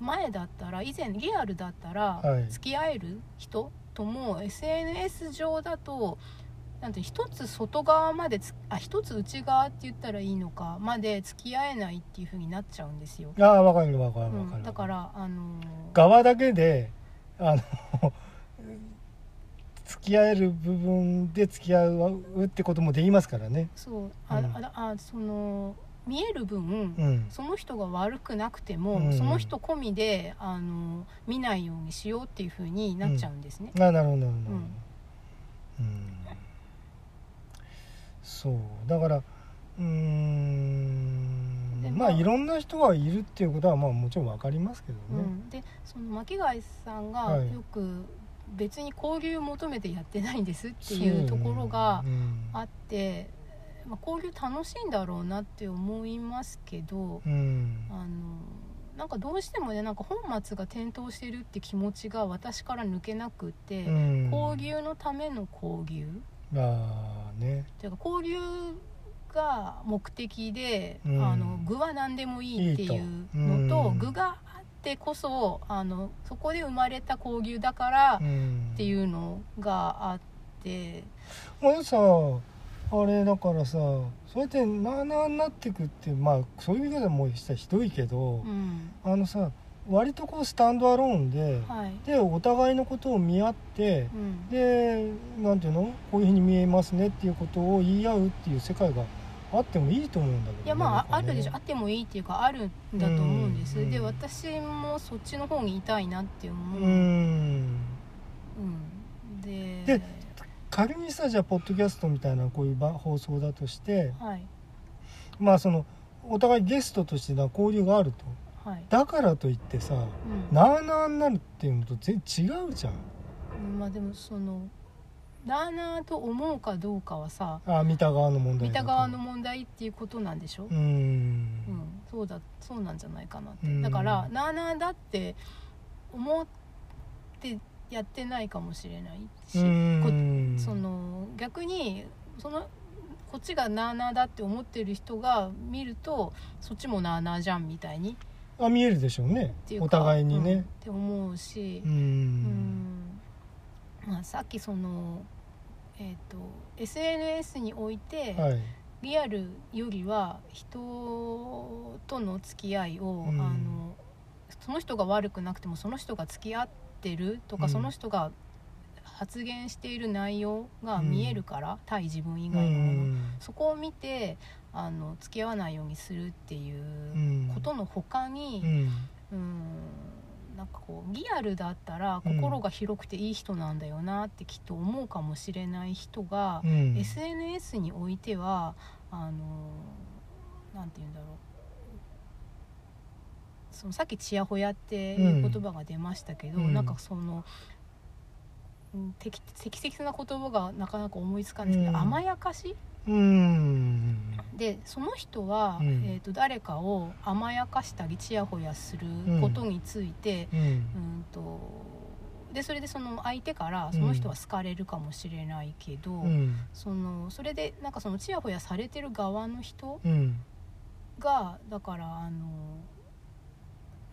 前だったら以前リアルだったら
はい
付き合える人とも SNS 上だとなんて一つ外側までつあ一つ内側って言ったらいいのかまで付き合えないっていう風になっちゃうんですよ。
ああわかるわかるわかる、
うん、だからあのー
側だけであの付き合える部分で付き合うってこともできますからね
そうあ、
うん
ああその見える分、
うん
その人が悪くなくても、
うん
その人込みであの見ないようにしようっていう風になっちゃうんですね。
あなるほどなるほど、
う
うんんそうだからうーん
で
まあ
まあ
いろんな人がいるっていうことはまあもちろんわかりますけど
う
ね、
ん、でその巻貝さんが
はい
よく別に交流求めてやってないんですっていうところが
そううん
あって、まあ、交流楽しいんだろうなって思いますけど、
うん
あのなんかどうしてもねなんか本末が転倒してるって気持ちが私から抜けなくて、
うん
交流のための交流
まあね
というか交流が目的で、
うん
あの具は何でもいいっていうのと
うん
具があってこそあのそこで生まれた交流だから
うん
っていうのがあって
まあさあれだからさそうやってなあなあになってくってまあそういう言い方もしたらひどいけど
う、ん
あのさ割とこうスタンドアローンで、
はい
でお互いのことを見合って
う、ん
でなんていうのこういうふうに見えますねっていうことを言い合うっていう世界があってもいいと思うんだけどね、
いやまああ
なんか
る
ね
でしょあってもいいっていうかあるんだと思うんです
うん
で私もそっちの方にいたいなって思う、
う
うん
ん
で
で仮にさじゃあポッドキャストみたいなこういう場放送だとして
はい
まあそのお互いゲストとしてな交流があると
はい、
だからといってさ
うん
なあなあになるっていうのと全然違うじゃん
まあでもそのラーナーと思うかどうかはさ
あ見た側の問題
見
だ
た
と
側の問題っていうことなんでしょ、
う
うんん、そうだそうなんじゃないかなって、
うん
だからなあなあだって思ってやってないかもしれないし、こ
ん
その逆にそのこっちがなあなあだって思ってる人が見るとそっちもなあなあじゃんみたいにっ
あ見えるでしょうね
ていうか
お互いに
うんっ
ね
て思うし
う、ん
うんまあ、さっきその、えー、と SNS において、
はい
リアルよりは人との付き合いを、
うん
あのその人が悪くなくてもその人が付き合ってるとか、
うん
その人が発言している内容が
うん
見えるから、対自分以
う
外のもの、
ん
そこを見てあの付き合わないようにするってい
う
う
ん
ことの他に、
うん
うんなんかこうリアルだったら
うん
心が広くていい人なんだよなってきっと思うかもしれない人が
う、ん
SNS においてはあのなんて言うんだろうそのさっき「ちやほや」っていう言葉が出ましたけど、
うん
なんかその。うん適適切な言葉がなかなか思いつかないですけど、
うん
甘やかし
うん
でその人は、
うん
えー、と誰かを甘やかしたりちやほやすることについて、
うん
うん、とでそれでその相手からその人は好かれるかもしれないけど、
うん
そのそれでなんかそのちやほやされてる側の人
うん
がだからあの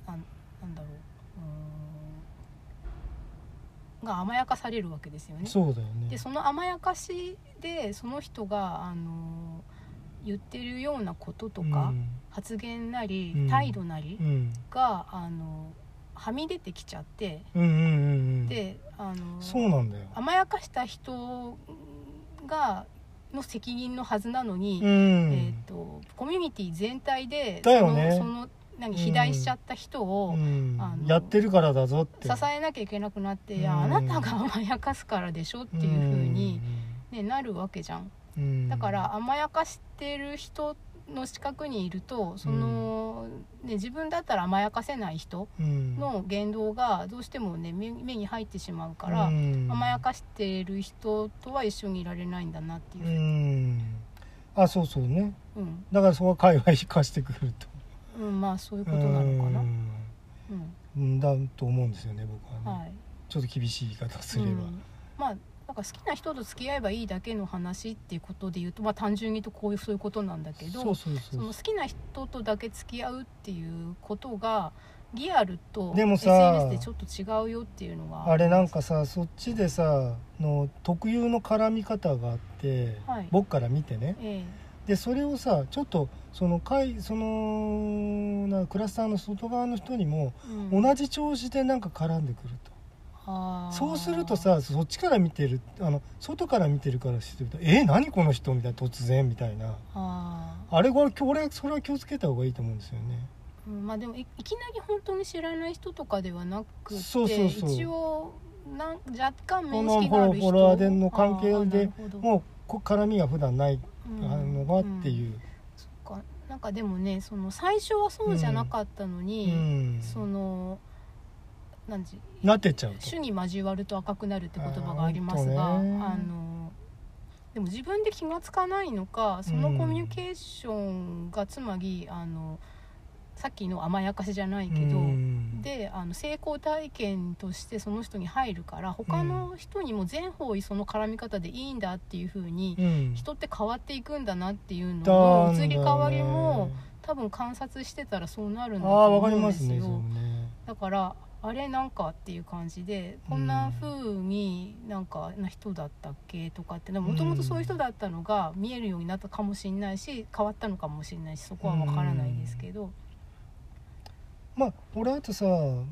なんなんだろううーんが甘やかされるわけですよね。
そうだよね
でその甘やかしでその人があの言ってるようなこととか、発言なり
うん
態度なり
うんうん
が、あのはみ出てきちゃって、
うんうんうんうん
であの
そうなんだよ
甘やかした人がの責任のはずなのに、
うん
えー、とコミュニティ全体で
だよね
そのその何
うん
肥大しちゃった人を
うん
あの
やってるからだぞって
支えなきゃいけなくなって、い
うん
やあなたが甘やかすからでしょっていうふうに、ね、なるわけじゃん。
うんうん
だから甘やかしてる人の近くにいるとその、ね、自分だったら甘やかせない人
うん
の言動がどうしてもね目目に入ってしまうから、
うん
甘やかしてる人とは一緒にいられないんだなっていうう、
んあそうそうね
うん
だからそこは界隈引かしてくると
うんまあそういうことなのかな、うん
うんうんだと思うんですよね僕はね、
はい、
ちょっと厳しい言い方をすれば、
うんまあなんか好きな人と付き合えばいいだけの話っていうことで言うと、まあ、単純に言うとこういうそういうことなんだけど
そうそうそ
そうの好きな人とだけ付き合うっていうことがリアルと
でもさ
SNS でちょっと違うよっていうのが
あれなんかさそっちでさの特有の絡み方があって、
はい
僕から見てね
え
でそれをさちょっとその会そのなクラスターの外側の人にも
えうん
同じ調子でなんか絡んでくると、
あー
そうするとさそっちから見てるあの外から見てるからしてると「え何この人」みたいな突然みたいな
あ
あれこれ俺それは気をつけた方がいいと思うんですよね。
ーうんまあでもいいきなり本当に知らない人とかではなくて
そうそうそう
一応なん若干
こ
面
の
識
フ
のあ
ォロ
る
ー
人
フォロワーでの関係で
う
もうこ絡みが普段ないのがって
うん、
いう。
そっかなんかでもねその最初はそうじゃなかったのに、
うん
そのなんて
なってっちゃうと
種に交わると赤くなるって言葉がありますが
あ
あ、
ー本当ね
のでも自分で気がつかないのかそのコミュニケーションがつまり、あのさっきの甘やかしじゃないけど、
うん
であの成功体験としてその人に入るから他の人にも全方位その絡み方でいいんだっていうふうに、
うん
人って変わっていくんだなっていうの
だ
の
んだ
移
よね
り変わりも多分観察してたらそうなるんだ
ああ
と
わかり
思うん
ま
ですす
ね
よ
それもね
だだからあれなんかっていう感じでこんな風になんかな人だったっけとかってもともとそういう人だったのが見えるようになったかもしれないし変わったのかもしれないしそこは分からないですけど、
まあ俺だとさ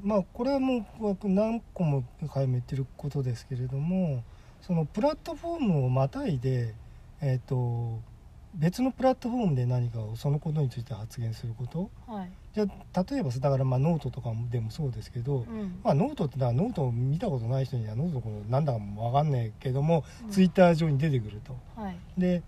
まあこれはもう何個も回も言ってることですけれどもそのプラットフォームをまたいでえっ、と別のプラットフォームで何かをそのことについて発言すること
はい、
じゃあ例えばさだからまあノートとかでもそうですけど、
うん
まあ、ノートってのはノートを見たことない人にはノートのことなんだかも分かんないけども、
うん
ツイッター上に出てくると。
はい、
で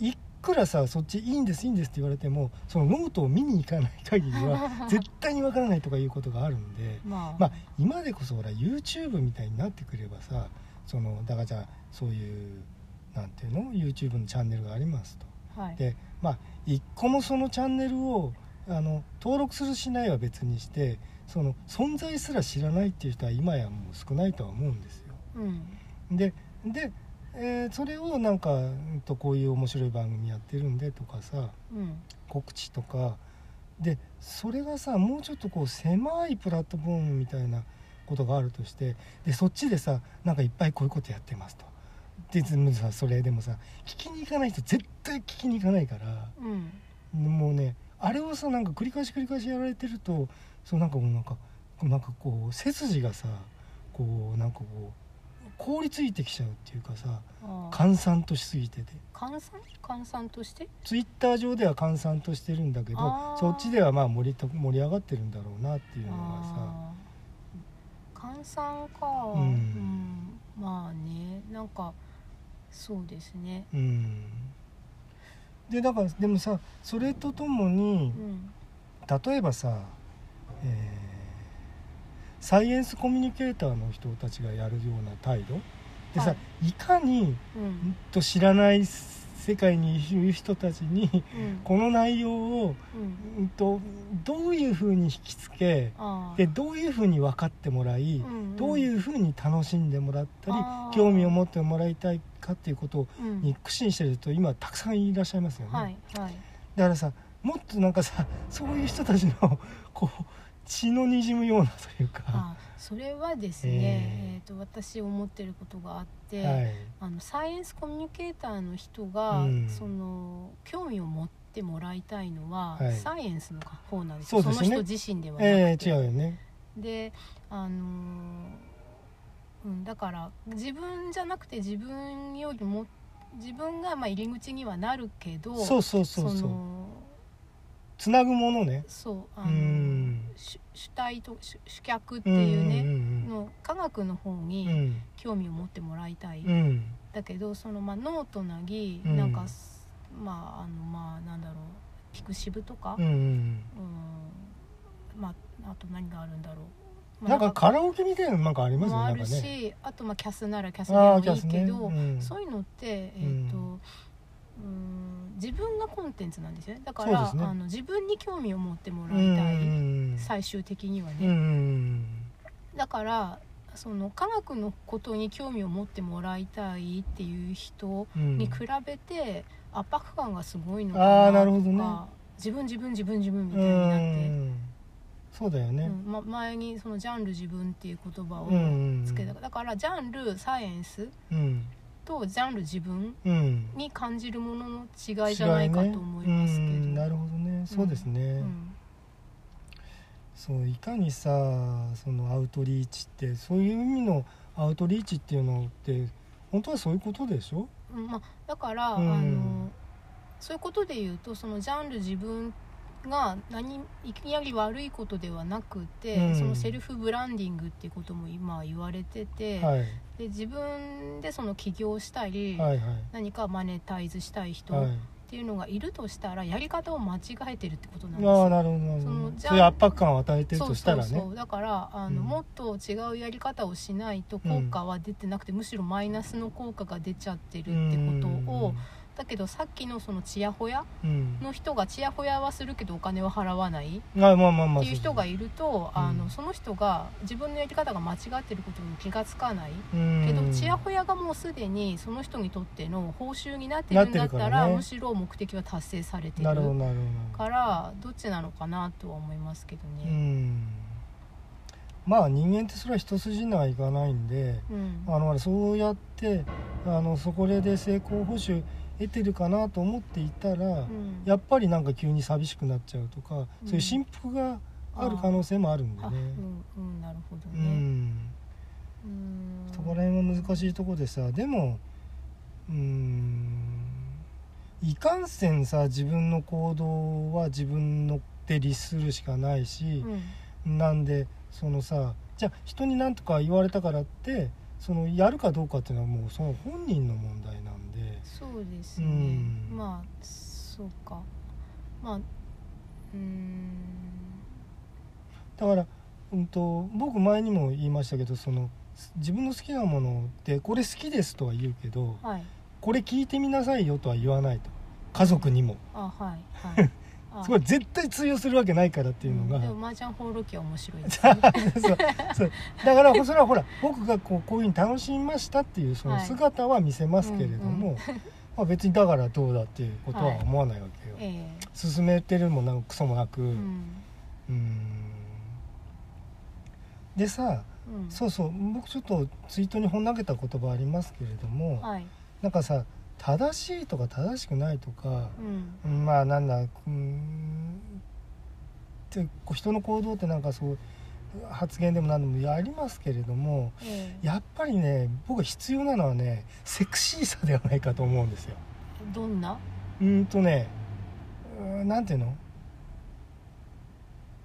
いくらさそっちいいんですいいんですって言われてもそのノートを見に行かない限り は絶対に分からないとかいうことがあるんで
まあ、
まあ今でこそほら YouTube みたいになってくればさそのだからじゃあそういうなんていうの YouTube のチャンネルがありますと。
はい、
でまあ一個もそのチャンネルをあの登録するしないは別にしてその存在すら知らないっていう人は今やもう少ないとは思うんですよ。
うん
でで、えーそれをなんかうんとこういう面白い番組やってるんでとかさ
うん
告知とかでそれがさもうちょっとこう狭いプラットフォームみたいなことがあるとしてでそっちでさなんかいっぱいこういうことやってますと。ででもさそれでもさ聞きに行かない人絶対聞きに行かないから。
うん
もうねあれをさなんか繰り返し繰り返しやられてるとそうなんかもうなんかなんかこう背筋がさこうなんかこう凍りついてきちゃうっていうかさ
ああ
閑散としすぎてて
換算換算として
ツイッター上では閑散としてるんだけ
あ
どそ
ー
っちではまあ盛りと盛り上がってるんだろうなっていうのがさ
ああ換算か、
うん
うんまあねなんかそうですね
うんでだからでもさそれとともに
うん
例えばさ、えーサイエンスコミュニケーターの人たちがやるような態度でさ、、
はい
かにん
うん
と知らない世界にいる人たちに
うん
この内容を
うん
んとどういうふうに引きつけ
ああ
でどういうふうに分かってもらい、
ん
どういうふうに楽しんでもらったり
あー
興味を持ってもらいたいかっていうこと
うん、うん
に苦心してる人今たくさんいらっしゃいますよね。
はいはい
だからさもっとなんかさ そういう人たちのこう血のにじむようなというか、
あそれはです
えー
ね、えーと私思ってることがあって、
はい、
あのサイエンスコミュニケーターの人が、
うん
その興味を持ってもらいたいのは、
はい
サイエンスの方なんです
そうですね
その人自身ではなくて、
えー、違うよね。
であのーうん、だから自分じゃなくて自分よりも自分がまあ入り口にはなるけど
そうそうそう
そ
そう。
の
つなぐものね。
そう
う
あのー
ん
主主体と主主客っていうね、
ん
の科学の方
うんうん
に興味を持ってもらいたい、
うんうん
だけどその、まあ、ノートなぎ、
うん
なんかすまああのまあなんだろうピクシブとか、
うんうん
うんまあ、あと何があるんだろう、ま
な
あ
んかカラオケみたいなのなんかあります
も
よ
あ
ね。
る
なんかね。
し、あとまあキャスならキャスで
あ
も
あキャ
いい
ス
け
ね。
ど、
うん
そういうのって、え
うん
ーとうん自分がコンテンツなんですよねだか
そうで
ら、
すね
あの自分に興味を持ってもら
うん
いたい、
うん
最終的には
うんう
ね、
ん
だからその科学のことに興味を持ってもらいたいっていう人
うんうん
に比べて圧迫感がすごいのか
あーな
な
る
と
ほ
か
どね
自分自分自分自分みた
う
いになって。
んそうだよね。
うんま、前にそのジャンル自分っていう言葉
うんう
を
ん
つけた、だからジャンルサイエンス
うん
とジャンル自分
うん。
に感じるものの違いじゃないかと思いますけ
違い
ど、
ねうんなるほどねそうですね、
うん
そういかにさそのアウトリーチってそういう意味のアウトリーチっていうのって本当はそういうことでしょ
うんまあ、だから、
うん
あのそういうことで言うとそのジャンル自分が何いきなり悪いことではなくて、
うん
そのセルフブランディングっていうことも今言われてて、
はい
で自分でその起業したり、
はいはい
何かマネタイズしたい人、
はい
っていうのがいるとしたらやり方を間違えてるってことなんです
ああ
よ。
なるほどなる
そ
ほ
の
ど
じゃあ
そういう圧迫感を与えてるとしたらね
そうそうそうだからあの、
うん
もっと違うやり方をしないと効果は出てなくて、むしろマイナスの効果が出ちゃってるってことをだけどさっきのそのちやほや
うん、
の人がちやほやはするけどお金は払わないっ
うん、あまあまあまあ
ていう人がいると、あ
うん
のその人が自分のやり方が間違ってることに気がつかない。
け
けどちやほやがもうすでにその人にとっての報酬になって
な
る
っ
ん
て
だ
る
っ
か
た
ら
ら
ね
むしろ目的は達成されて
なるほどなるほど
からどっちなのかなとは思いますけど
う
ね。
んまあ人間ってそれは一筋にはいかないんで
うん
あのあれそうやってあのそこで成功報酬得てるかなと思っていたら、
うん
やっぱりなんか急に寂しくなっちゃうとか、
うん
そういう振幅がある可能性もあるんで
あう
ね。
んうんなるほど
う
ね
ん
うん
そこら辺は難しいとこでさでもうーんいかんせんさ自分の行動は自分ので律するしかないし、
うん
なんでそのさじゃあ人に何とか言われたからってそのやるかどうかっていうのはもうその本人の問題なんで
そうですね、
うん
まあそうかまあうーん
だから、うん、と僕前にも言いましたけどその自分の好きなものでこれ好きですとは言うけど
はい
これ聞いてみなさいよとは言わないと家族にも。
あはいはい あ
それ絶対通用するわけないからっていうのが、
んでも麻雀放浪記は面白いで す、
そうそうだからそれはほら僕がこうこういうふうに楽しみましたっていうその
はい
姿は見せますけれども、
うん
まあ、別にだからどうだっていうことは思わないわけよ、
ええ
進めてるもなんかクソもなく、う
うん
ーんでさ
うん
そうそう僕ちょっとツイートにほん投げた言葉ありますけれども、
はい
なんかさ正しいとか正しくないとか、
うん
まあなんだうーんってこう人の行動ってなんかそう発言でも何でもありますけれども
ええ
やっぱりね僕は必要なのはねセクシーさではないかと思うんですよ。
どんな
うーんとねうーんなんていうの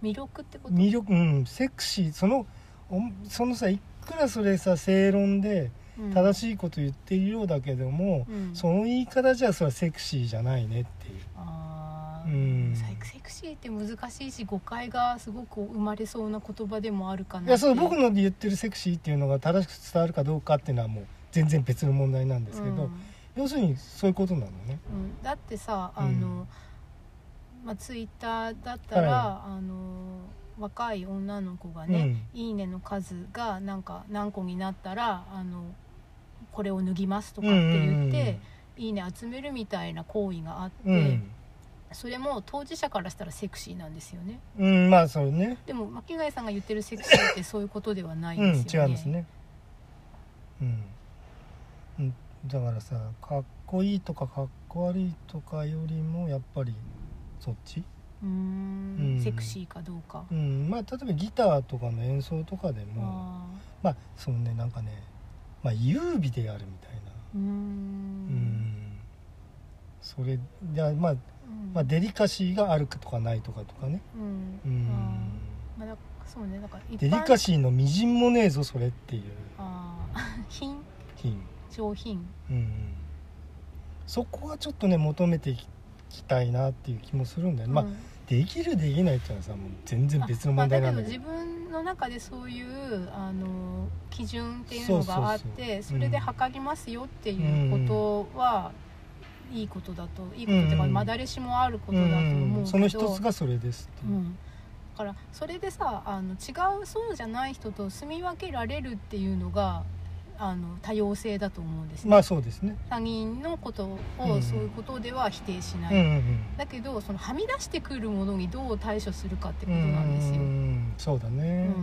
魅力ってこと
魅力、うん、セクシーそのおそのさいくらそれさ正論で正
い、
しいこと言っているようだけども、
うん、
その言い方じゃそれはセクシーじゃないねっていう。
あ
うん
ーセクセクシーって難しいし誤解がすごく生まれそうな言葉でもあるかない
やそう
って
僕の言ってるセクシーっていうのが正しく伝わるかどうかっていうのはもう全然別の問題なんですけど、
うん
要するにそういうことなのね。
うん、だってさ
うん
あの、まあ、ツイッターだったら、
は
あの若い女の子がね「いいね」の数がなんか何個になったらあのこれを脱ぎますとかって言って、いいね集めるみたいな行為があって、
うん、うん
それも当事者からしたらセクシーなんですよね
うん、まあそれね
でも巻貝さんが言ってるセクシーってそういうことではない
うん
です
違う
よね、
んですね。うん、うん、だからさかっこいいとかかっこ悪いとかよりもやっぱりそっち、
うーん
うん
セクシーかどうか、
うん、まあ例えばギターとかの演奏とかでも
あ
まあそのねなんかね、まあ、優美であるみたいな。
ーうー
うんんそれでまあ、
うん
まあ、デリカシーがあるとかないとかとかね、
うん
うん
まあ、だそうねなんか一
デリ
般
カシーのみじんもねえぞそれっていう
あー 品
品、
上品
うん、そこはちょっとね求めていきたいなっていう気もするんだよね、まあ
うん
できるできないっていうのはさもう全然別の
まあ
問題なんだ
だ
け
けど
ど
自分の中でそういうあの基準っていうのがあっ
そう
てそ
そううん
れで測りますよっていうことは、いいことだといいことっていうか、
うん
まだれしもあるこ
う
とだと思うんけど
その一つがそれですって
う
いう、
ん、だからそれでさあの違うそうじゃない人と住み分けられるっていうのがあの多様性だと思うんですね、
まあそうですね
他人のことを、
うん
そういうことでは否定しない、
うんうんうん
だけどそのはみ出してくるものにどう対処するかってことなんですよ
う、んそうだ
う
ね、
ん、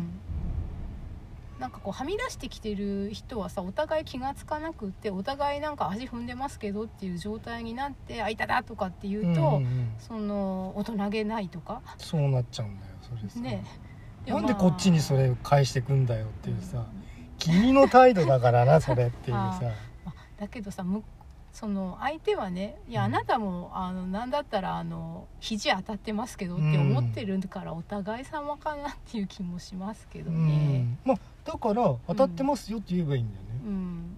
なんかこうはみ出してきてる人はさお互い気がつかなくってお互いなんか足踏んでますけどっていう状態になって「あいただ!」とかって言うと、
んんん
その大人げないとか
そうなっちゃうんだよそれさ
ねえ
なんでこっちにそ
っ
れ返してくんだよっていうさ、君の態度だからなそれっていう さ
だけどさむその相手はねいや
う
あ
ん
なたもあのなんだったらあの肘当たってますけどって思ってるからお互い様かなっていう気もしますけど
う
ね。
んまあだから当たってますよって言えばいいんだよね、
うん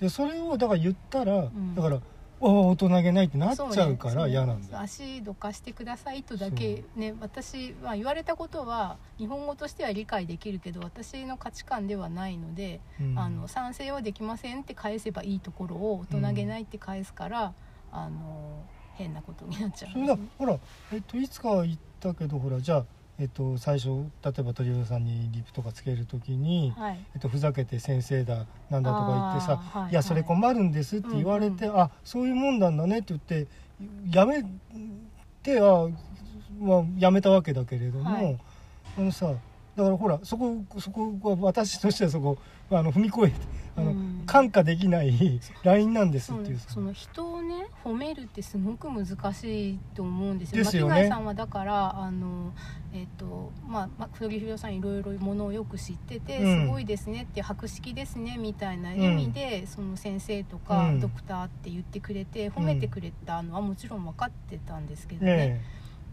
でそれをだから言ったら、
ん
だからわあ大人げないってなっ
そう
ちゃうから嫌なん
そう
だよ
足どかしてくださいとだけね私は言われたことは日本語としては理解できるけど私の価値観ではないので、
うん
あの賛成はできませんって返せばいいところを大人げないって返すから、あの変なことになっちゃ
そうれだほら、えっと、いつか言ったけどほらじゃあ、えっと、最初例えば鳥肌さんにリップとかつけるときに、
はい
えっと、ふざけて「先生だなんだ」とか言ってさ
あーはい
やそれ
はい
困るんですって言われて、
う
あそういうもんなんだねって言ってやめてあ、まあ、やめたわけだけれども、
はい
あのさだからほらそこそこは私としてはそこあの踏み越えてあの、
うん
感化できないラインなんですっ
そ
て
う
いうさ
その人をね褒めるってすごく難しいと思うんですよ。
ですよね
巻貝さんはだからあのえっ、とまあまあ黒木弘さんいろいろものをよく知ってて、
うん
すごいですねって博識ですねみたいな意味で、その先生とか、
うん
ドクターって言ってくれて褒めてくれたのはもちろん分かってたんですけどね。
ね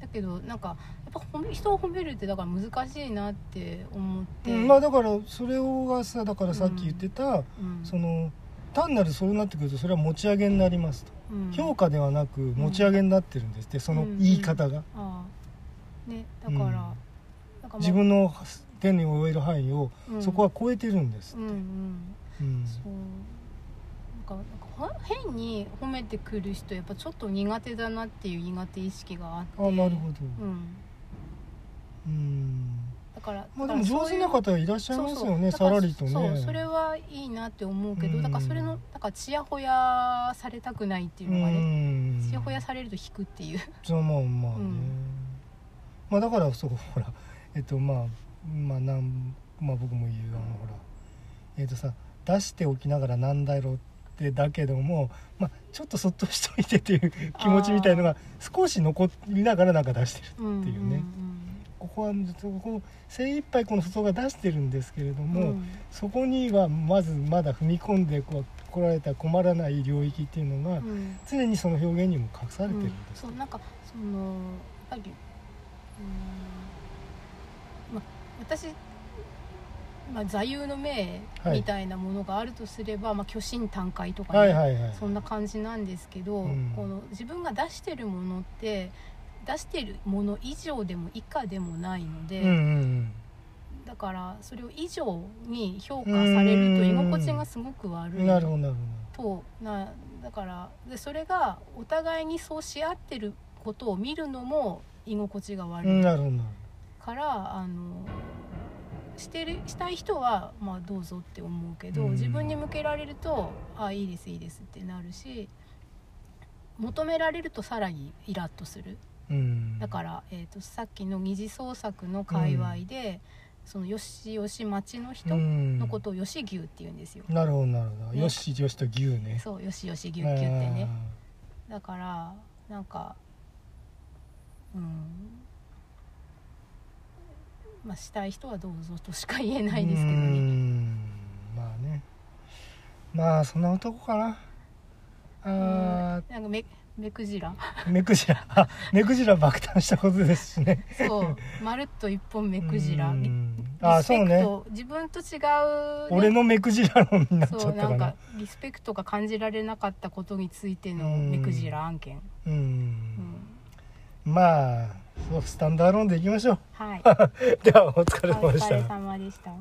だけどなんかやっぱ褒め人を褒めるってだから難しいなって思って。
え、うんまあだからそれをがさだからさっき言ってた、
うん
その単なるそうなってくるとそれは持ち上げになりますと、
うん
評価ではなく持ち上げになってるんですって、その言い方が、
ああねだから、
うん
なんかまあ
自分の手に負える範囲を
うん
そこは超えてるんです
う、んうん
うん
そうなんかなんかほ変に褒めてくる人やっぱちょっと苦手だなっていう苦手意識があって
あなるほど、
うん、
うん
だから
まあで
だか
も
らそうい
上
う
手な方いらっしゃいますよね
そうそう
さらりとね
そうそれはいいなって思うけど、
うん
だからそれのだからちやほやされたくないっていうのがね、
ん
ちやほやされると引くっていう、
じゃあまあまあね、
うん
まあだからそうほら えっとまあまあなんまあ僕も言うあのほらえっとさ出しておきながらなんだろうってだけどもまあちょっとそっとしといてっていう気持ちみたいのが少し残りながらなんか出してる
ん
っていうねここはここ精一杯この外が出してるんですけれど
うん
も、
ん
そこにはまずまだ踏み込んでこう来られたら困らない領域っていうのが
うん
常にその表現にも隠されてるん
うん
です、
そうなんかそのやっぱり、うんま、私、まあ、座右の銘
はい
みたいなものがあるとすれば、まあ、虚心坦懐とか、ね
はいはいはい
そんな感じなんですけど、
うん
この自分が出してるものって出してるもの以上でも以下でもないので、
うんうん
だからそれを以上に評価されると居心地がすごく悪
う
い
んなるほどなるほ
となだからでそれがお互いにそうし合ってることを見るのも居心地が
ど
悪
うん
い
なるほどなる
から、あのしてるしたい人はまあどうぞって思うけど、
うん
自分に向けられるとあいいですいいですってなるし求められるとさらにイラッとする
ほどうん
だから、えー、とさっきの二次創作の界隈で、そのよしよし町の人のことをよし牛って言うんですよ。
うんなるほどなるほど、
ね
よしよしと牛ね
そうよしよし牛牛ってね
あ。
だからなんかうんまあしたい人はどうぞとしか言え
ー
ないですけど
う
ね
んまあねまあそんな男かなあ
なんか目目くじ
ー
ら
目くじらあ目くじら爆誕したことですしね
そうまるっと一本 目くじら
うん
リ
あー
リス
そう
ペク
ね
ト自分と違うね、
俺の目くじら論になっちゃっ
そう
た
な
か
ん
な
かリスペクトが感じられなかったことについての目くじら案件、
う
うんん
まあそうスタンダーローンでいきましょう
はい
ではお疲
お
れ様でし
疲
た
れ様でした